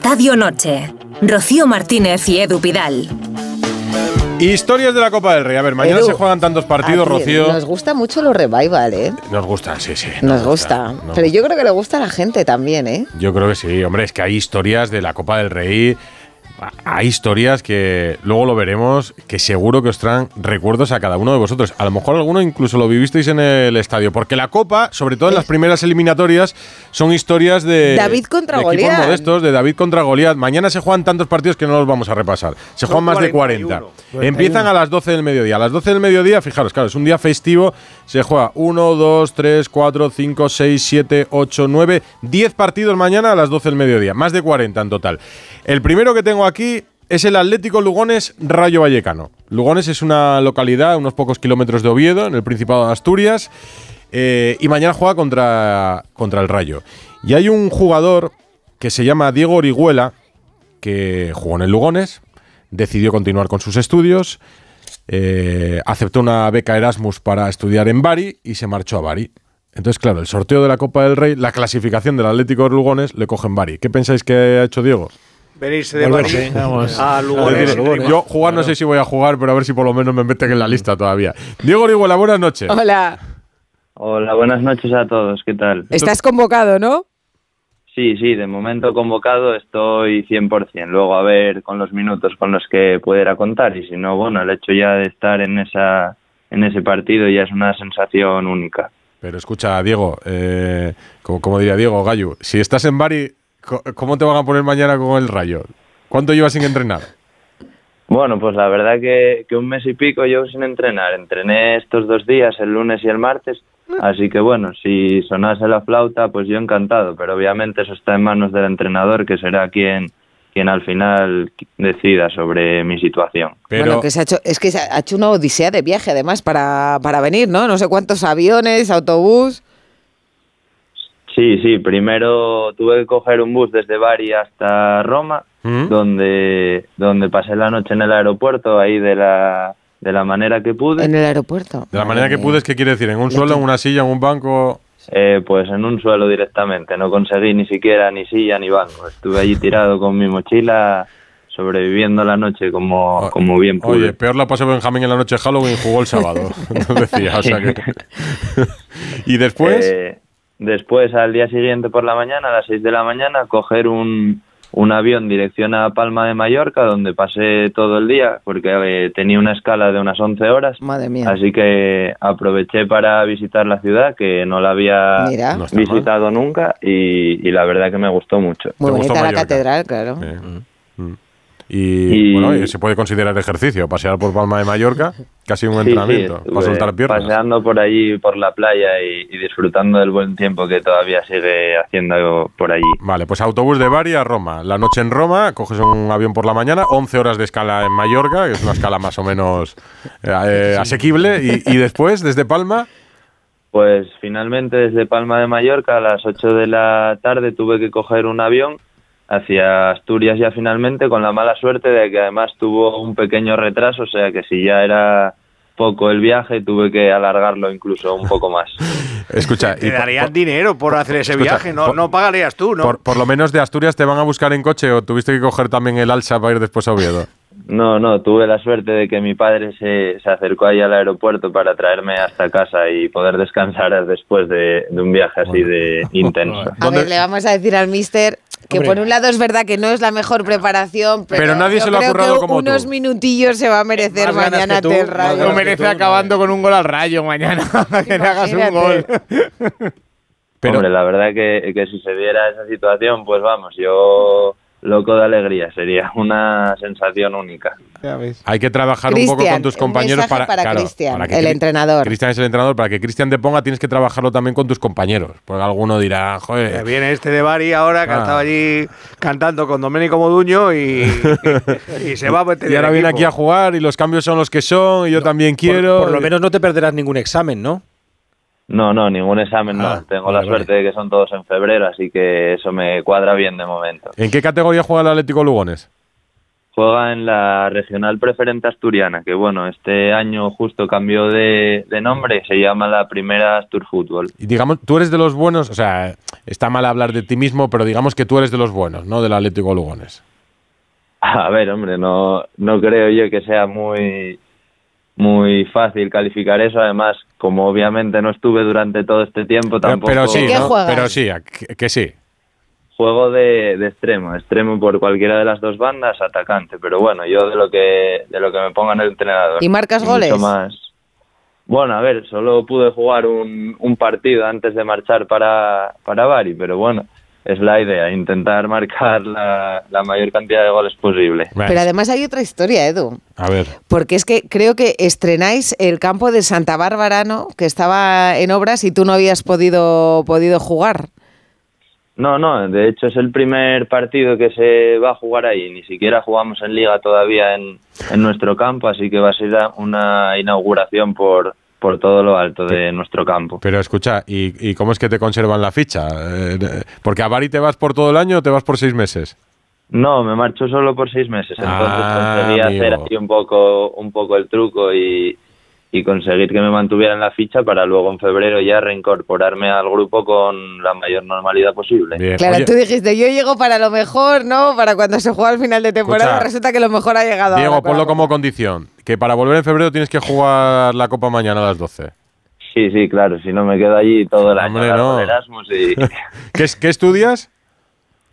Estadio Noche. Rocío Martínez y Edu Pidal. Historias de la Copa del Rey. A ver, mañana Edu, se juegan tantos partidos, a ti Rocío. Nos gusta mucho los revival, ¿eh? Nos gusta, sí, sí. Nos gusta. nos Pero yo creo que le gusta a la gente también, ¿eh? Yo creo que sí, hombre, es que hay historias de la Copa del Rey. Hay historias que luego lo veremos, que seguro que os traen recuerdos a cada uno de vosotros. A lo mejor alguno incluso lo vivisteis en el estadio, porque la Copa, sobre todo en las primeras eliminatorias, son historias de David contra de equipos Goliat. modestos, de David contra Goliat. Mañana se juegan tantos partidos que no los vamos a repasar. Se juegan más de 40. Empiezan a las 12 del mediodía. A las 12 del mediodía, fijaros, claro, es un día festivo, se juega 1, 2, 3, 4, 5, 6, 7, 8, 9, 10 partidos mañana a las 12 del mediodía, más de 40 en total. El primero que tengo aquí es el Atlético Lugones Rayo Vallecano. Lugones es una localidad a unos pocos kilómetros de Oviedo, en el Principado de Asturias, eh, y mañana juega contra, contra el Rayo. Y hay un jugador que se llama Diego Orihuela, que jugó en el Lugones, decidió continuar con sus estudios, eh, aceptó una beca Erasmus para estudiar en Bari y se marchó a Bari. Entonces, claro, el sorteo de la Copa del Rey, la clasificación del Atlético de Lugones le cogen Bari. ¿Qué pensáis que ha hecho Diego? Venirse de Volverse, Madrid vamos. a Es Lugones. decir, yo jugar no sé si voy a jugar, pero a ver si por lo menos me meten en la lista todavía. Diego Orihuela, buenas noches. Hola, Hola, buenas noches a todos, ¿qué tal? Eh. estás convocado, ¿no? Sí, sí, de momento convocado estoy 100%, luego a ver con los minutos con los que pudiera contar y si no, bueno, el hecho ya de estar en, esa, en ese partido ya es una sensación única. Pero escucha, Diego, eh, como, como diría Diego Gallo, si estás en Bari, co- ¿cómo te van a poner mañana con el Rayo? ¿Cuánto llevas sin entrenar? Bueno, pues la verdad que, que un mes y pico llevo sin entrenar. Entrené estos dos días, el lunes y el martes. Así que bueno, si sonase la flauta, pues yo encantado. Pero obviamente eso está en manos del entrenador, que será quien, quien al final decida sobre mi situación. Pero Bueno, que se ha hecho, es que se ha hecho una odisea de viaje, además, para, para venir, ¿no? No sé cuántos aviones, autobús. Sí, sí, primero tuve que coger un bus desde Bari hasta Roma, ¿Mm? donde, donde pasé la noche en el aeropuerto, ahí de la, de la manera que pude. En el aeropuerto. de la Madre manera que mía. pudes, ¿qué quiere decir? ¿En un suelo, en una silla, en un banco? Eh, pues en un suelo directamente, no conseguí ni siquiera ni silla ni banco. Estuve allí tirado con mi mochila, sobreviviendo la noche como, como bien pude. Oye, peor la pasó Benjamín en la noche de Halloween, jugó el sábado. no decía, o sea que... y después, Eh, después, al día siguiente por la mañana, a las 6 de la mañana, coger un, un avión dirección a Palma de Mallorca, donde pasé todo el día, porque eh, tenía una escala de unas 11 horas. Madre mía. Así que aproveché para visitar la ciudad, que no la había Mira. No está mal. visitado nunca, y, y la verdad que me gustó mucho. Muy ¿Te gustó bonita la Mallorca? catedral, claro. Eh, mm. Y, Y- bueno, oye, se puede considerar ejercicio, pasear por Palma de Mallorca, casi un Sí, sí, entrenamiento, estuve para soltar piernas. Paseando por allí, por la playa y, y disfrutando del buen tiempo que todavía sigue haciendo por allí. Vale, pues autobús de Bari a Roma. La noche en Roma, coges un avión por la mañana, 11 horas de escala en Mallorca, que es una escala más o menos eh, eh, asequible, y, y después, desde Palma, Pues finalmente desde Palma de Mallorca a las 8 de la tarde tuve que coger un avión hacia Asturias ya finalmente con la mala suerte de que además tuvo un pequeño retraso, o sea que si ya era poco el viaje tuve que alargarlo incluso un poco más. escucha, y Te por- darían por- dinero por hacer ese Escucha, viaje, no, por- no pagarías tú, ¿no? por, por lo menos de Asturias te van a buscar en coche o tuviste que coger también el alza para ir después a Oviedo. No, no, tuve la suerte de que mi padre se, se acercó ahí al aeropuerto para traerme hasta casa y poder descansar después de, de un viaje así de intenso. A ver, le vamos a decir al mister que por un lado es verdad que no es la mejor preparación, pero, Pero nadie yo se lo ha creo currado que como tú. unos minutillos se va a merecer Más ganas mañana que tú, ante el más Rayo. ganas No merece acabando con un gol al rayo mañana. que le hagas un gol. Imagínate. Pero- Hombre, la verdad que, que si se diera esa situación, pues vamos, yo loco de alegría, sería una sensación única. Hay que trabajar un poco Cristian, con tus un compañeros mensaje para Cristian, que el Cri- entrenador. Cristian es el entrenador. Para que Cristian te ponga, tienes que trabajarlo también con tus compañeros. Porque alguno dirá, Que joder, viene este de Bari ahora, que Ah. estaba allí cantando con Doménico Moduño y, y se va a meter y ahora en el viene equipo. aquí a jugar y los cambios son los que son y yo también quiero. Por, por lo y- menos no te perderás ningún examen, ¿no? No, no, ningún examen, Ah, no. Tengo vale, la suerte de que son todos en febrero, así que eso me cuadra bien de momento. ¿En qué categoría juega el Atlético Lugones? juega en la regional preferente asturiana, que bueno, este año justo cambió de, de nombre, se llama la primera Astur Fútbol. Y digamos, tú eres de los buenos, o sea, está mal hablar de ti mismo, pero digamos que tú eres de los buenos, ¿no? Del Atlético Lugones. A ver, hombre, no, no creo yo que sea muy, muy fácil calificar eso. Además, como obviamente no estuve durante todo este tiempo, Pero- tampoco Pero sí, ¿Qué ¿no? juegas? pero sí, a- que, que sí. juego de, de extremo, extremo por cualquiera de las dos bandas, atacante. Pero bueno, yo de lo que, de lo que me pongan el entrenador. ¿Y marcas Mucho goles? más. Bueno, a ver, solo pude jugar un, un partido antes de marchar para, para Bari, pero bueno, es la idea, intentar marcar la, la mayor cantidad de goles posible. Pero además hay otra historia, Edu. a ver, Porque es que creo que estrenáis el campo de Santa Bárbara, ¿no? Que estaba en obras y tú no habías podido, podido jugar. No, no, de hecho es el primer partido que se va a jugar ahí. Ni siquiera jugamos en liga todavía en, en nuestro campo, así que va a ser una inauguración por, por todo lo alto de nuestro campo. pero escucha, ¿y, y cómo es que te conservan la ficha? Eh, eh, Porque a Bari te vas por todo el año o te vas por seis meses. No, me marcho solo por seis meses, entonces Ah, conseguí hacer amigo. así un poco, un poco el truco y, y conseguir que me mantuvieran la ficha para luego en febrero ya reincorporarme al grupo con la mayor normalidad posible. Bien. Claro, Eh, Oye, tú dijiste, yo llego para lo mejor, ¿no? Para cuando se juega al final de temporada, Escucha, resulta que lo mejor ha llegado. Diego, ahora con la ponlo como Copa. condición, que para volver en febrero tienes que jugar la Copa mañana a las 12. Sí, sí, claro, si no me quedo allí todo el año Hombre, ahora no. con Erasmus y... ¿Qué, es- qué estudias?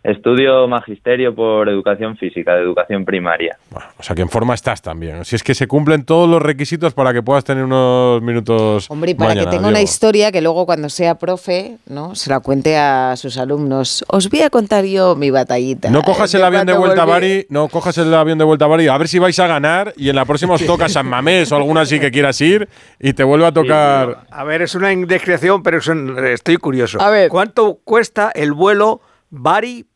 Estudio magisterio por educación física, de educación primaria. Bueno, o sea, que en forma estás también. Si es que se cumplen todos los requisitos para que puedas tener unos minutos. Hombre, y para mañana, que tenga una Diego. historia que luego cuando sea profe, ¿no? Se la cuente a sus alumnos. Os voy a contar yo mi batallita. ¿eh? No cojas el Yo avión de cuando vuelta a volví- Bari, no cojas el avión de vuelta a Bari, a ver si vais a ganar y en la próxima os toca San Mamés o alguna así que quieras ir y te vuelve a tocar. A ver, es una indiscreción, pero es un- estoy curioso. A ver. ¿Cuánto cuesta el vuelo Bari,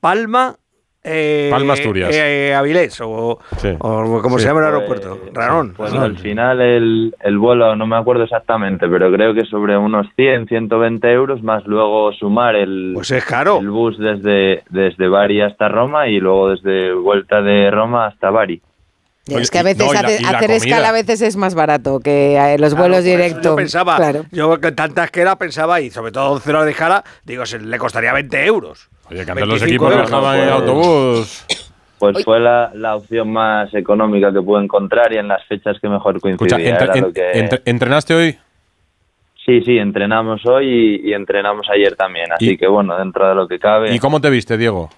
Palma, eh, Palma, Asturias. eh, Avilés o, Sí. o como se llama el aeropuerto? Pues- Ranón. Pues Ranón. al final el, el vuelo, no me acuerdo exactamente, pero creo que sobre unos 100, 120 euros, más luego sumar el, Pues es caro. el bus desde, desde Bari hasta Roma y luego desde vuelta de Roma hasta Bari. Ya, es Oye, que a y- veces no, y la- hace- y la hacer escala comida. a veces es más barato que eh, los Claro, pues, vuelos por eso directos. Yo pensaba, Claro. yo que tantas que era pensaba, y sobre todo 11 horas de escala, digo, se le costaría 20 euros. Oye, que antes los 25 equipos euros, viajaban en pues. autobús. Pues fue la, la opción más económica que pude encontrar y en las fechas que mejor Escucha, coincidía. entre- era en- lo que- entre- ¿entrenaste hoy? Sí, sí, entrenamos hoy y, y entrenamos ayer también, así Y- que bueno, dentro de lo que cabe. ¿Y cómo te viste, Diego?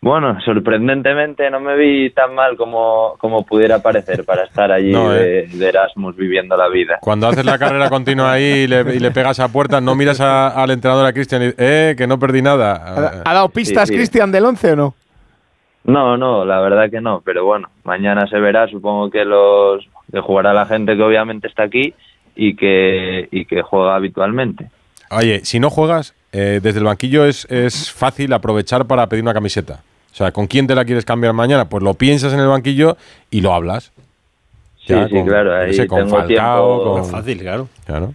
Bueno, sorprendentemente no me vi tan mal como, como pudiera parecer para estar allí No, eh. de, de Erasmus viviendo la vida. Cuando haces la carrera continua ahí y le, y le pegas a puerta, no miras a- al entrenador a Cristian y eh, que no perdí nada. Ah, ¿Ha dado pistas sí. Cristian del 11 o no? No, no, la verdad que no, pero bueno, mañana se verá, supongo que los que jugará la gente que obviamente está aquí y que, y que juega habitualmente. Oye, si no juegas, eh, desde el banquillo es, es fácil aprovechar para pedir una camiseta. O sea, ¿con quién te la quieres cambiar mañana? Pues lo piensas en el banquillo y lo hablas. Sí, Ya, sí, con- claro, yo ahí sé, con tengo Falcao, tiempo. con- Fácil, claro. Claro.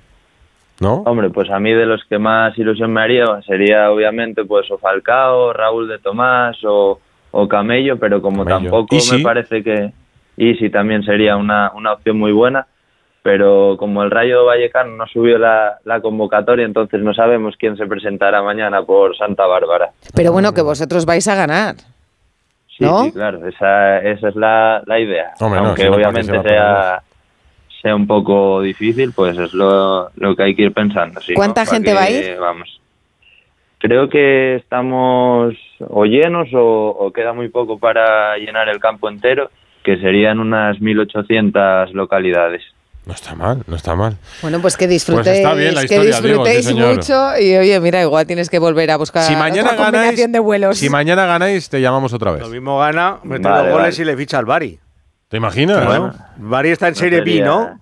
¿No? Hombre, pues a mí de los que más ilusión me haría sería obviamente pues o Falcao, Raúl de Tomás o, o Camello, pero como Camello. tampoco Isi. me parece que Isi también sería una, una opción muy buena, pero como el Rayo Vallecano no subió la, la convocatoria, entonces no sabemos quién se presentará mañana por Santa Bárbara. Pero bueno, que Ah. vosotros vais a ganar. Sí, ¿No? sí, claro, esa, esa es la, la idea. Hombre, no, Aunque si no, ¿para qué se obviamente va a sea, sea un poco difícil, pues es lo, lo que hay que ir pensando. si no, ¿Cuánta ¿para gente qué va a ir? Vamos. Creo que estamos o llenos o, o queda muy poco para llenar el campo entero, que serían unas 1.800 localidades. No está mal, no está mal. Bueno, pues que disfrutéis, está bien la que historia, Diego, sí, disfrutéis señor. mucho y oye, mira, igual tienes que volver a buscar Si mañana, otra combinación ganáis, de vuelos. si mañana ganáis, te llamamos otra vez. Lo mismo gana, mete Vale, los goles vale. y le ficha al Bari. ¿Te imaginas? Bueno, Bari está en No Serie B, sería- eh, ¿no?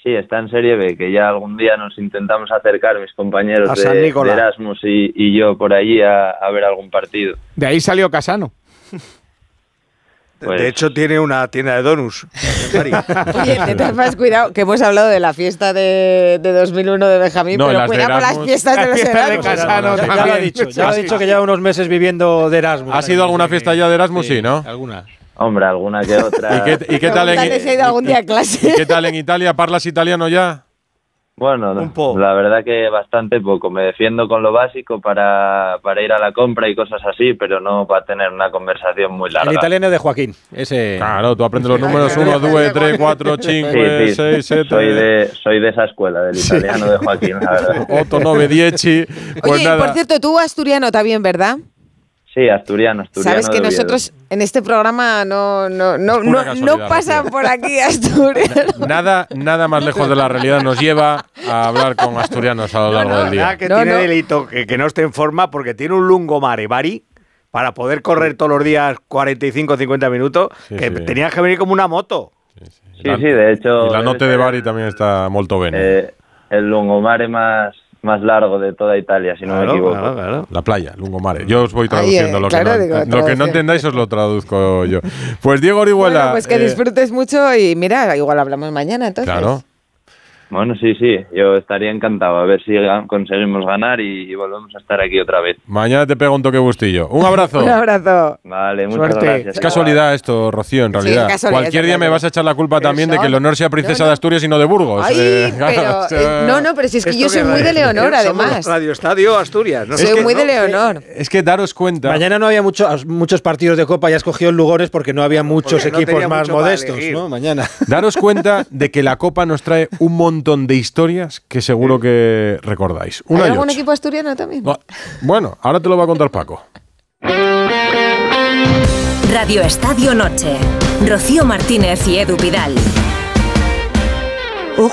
Sí, está en Serie B, que ya algún día nos intentamos acercar, mis A compañeros de, San de Nicolás. Erasmus y, y yo por allí a- a ver algún partido. De ahí salió Casano. Pues- De hecho, tiene una tienda de donuts. en Bari. Oye, de todas formas, cuidado, que hemos hablado de la fiesta de, de 2001 de Benjamín, No, pero las de cuidado con las Erasmus. fiestas de los fiestas de Erasmus. Casano Ya lo Ya lo ha también. dicho, ya lo ha dicho que lleva unos meses viviendo de Erasmus. ¿Has ido a alguna fiesta ya de Erasmus? Sí, ¿no? Alguna. Hombre, alguna que otra. ¿Y qué, y qué tal Pregúntale en, si ha ido algún día a clase. y qué tal en Italia? ¿Parlas italiano ya? Bueno, Un po. la verdad que bastante poco. Me defiendo con lo básico para, para ir a la compra y cosas así, pero no para tener una conversación muy larga. El italiano es de Joaquín. Ese. Claro, tú aprendes los números 1, 2, 3, 4, 5, Sí, sí. 6, soy, 7, de, soy de esa escuela, del italiano de Joaquín, la verdad. 8, 9, 10. Pues Oye, y por nada. cierto, tú asturiano también, ¿verdad? Sí, asturiano, asturiano. Sabes que de Oviedo. nosotros en este programa no, no, no, Es pura no, casualidad, no pasan Rocío. por aquí asturianos. Nada, nada más lejos de la realidad nos lleva a hablar con asturianos a lo largo del día. verdad que No, tiene no. delito que, que no esté en forma porque tiene un lungomare, Bari, para poder correr todos los días 45 50 minutos, Sí, que sí. tenías que venir como una moto. Sí, sí, de hecho. Y la debe noche de ser, Bari también está muy bene. eh, el lungomare más, más largo de toda Italia, si no me equivoco. claro, claro. La playa, Lungomare. Yo os voy Ahí, traduciendo eh, lo, claro, que no, digo, lo que no traducción. entendáis, os lo traduzco yo. Pues Diego Orihuela. Bueno, pues que eh, disfrutes mucho y mira, igual hablamos mañana entonces. Claro. Bueno, sí, sí, yo estaría encantado. A ver si ga- conseguimos ganar y, y volvemos a estar aquí otra vez. Mañana te pego un toque bustillo. Un abrazo. Un abrazo. Vale, muchas Suerte. gracias. Es casualidad esto, Rocío, en realidad. casualidad, Cualquier día totalmente. me vas a echar la culpa también de Eso. que Leonor sea princesa No, no. de Asturias y no de Burgos. Ay, Eh, pero, o sea, eh, no, no, pero si es que yo soy muy de Leonor, además. Radio Estadio Asturias. No Soy muy de Leonor. Es que daros cuenta. Mañana no había muchos muchos partidos de Copa, ya escogió el Lugones porque no había muchos Porque no equipos tenía más mucho para modestos, elegir. ¿no? Mañana. Daros cuenta de que la Copa nos trae un montón de historias que seguro que recordáis. Una ¿Hay y algún ocho. equipo asturiano también? No, Bueno, ahora te lo va a contar Paco. Radio Estadio Noche. Rocío Martínez y Edu Pidal.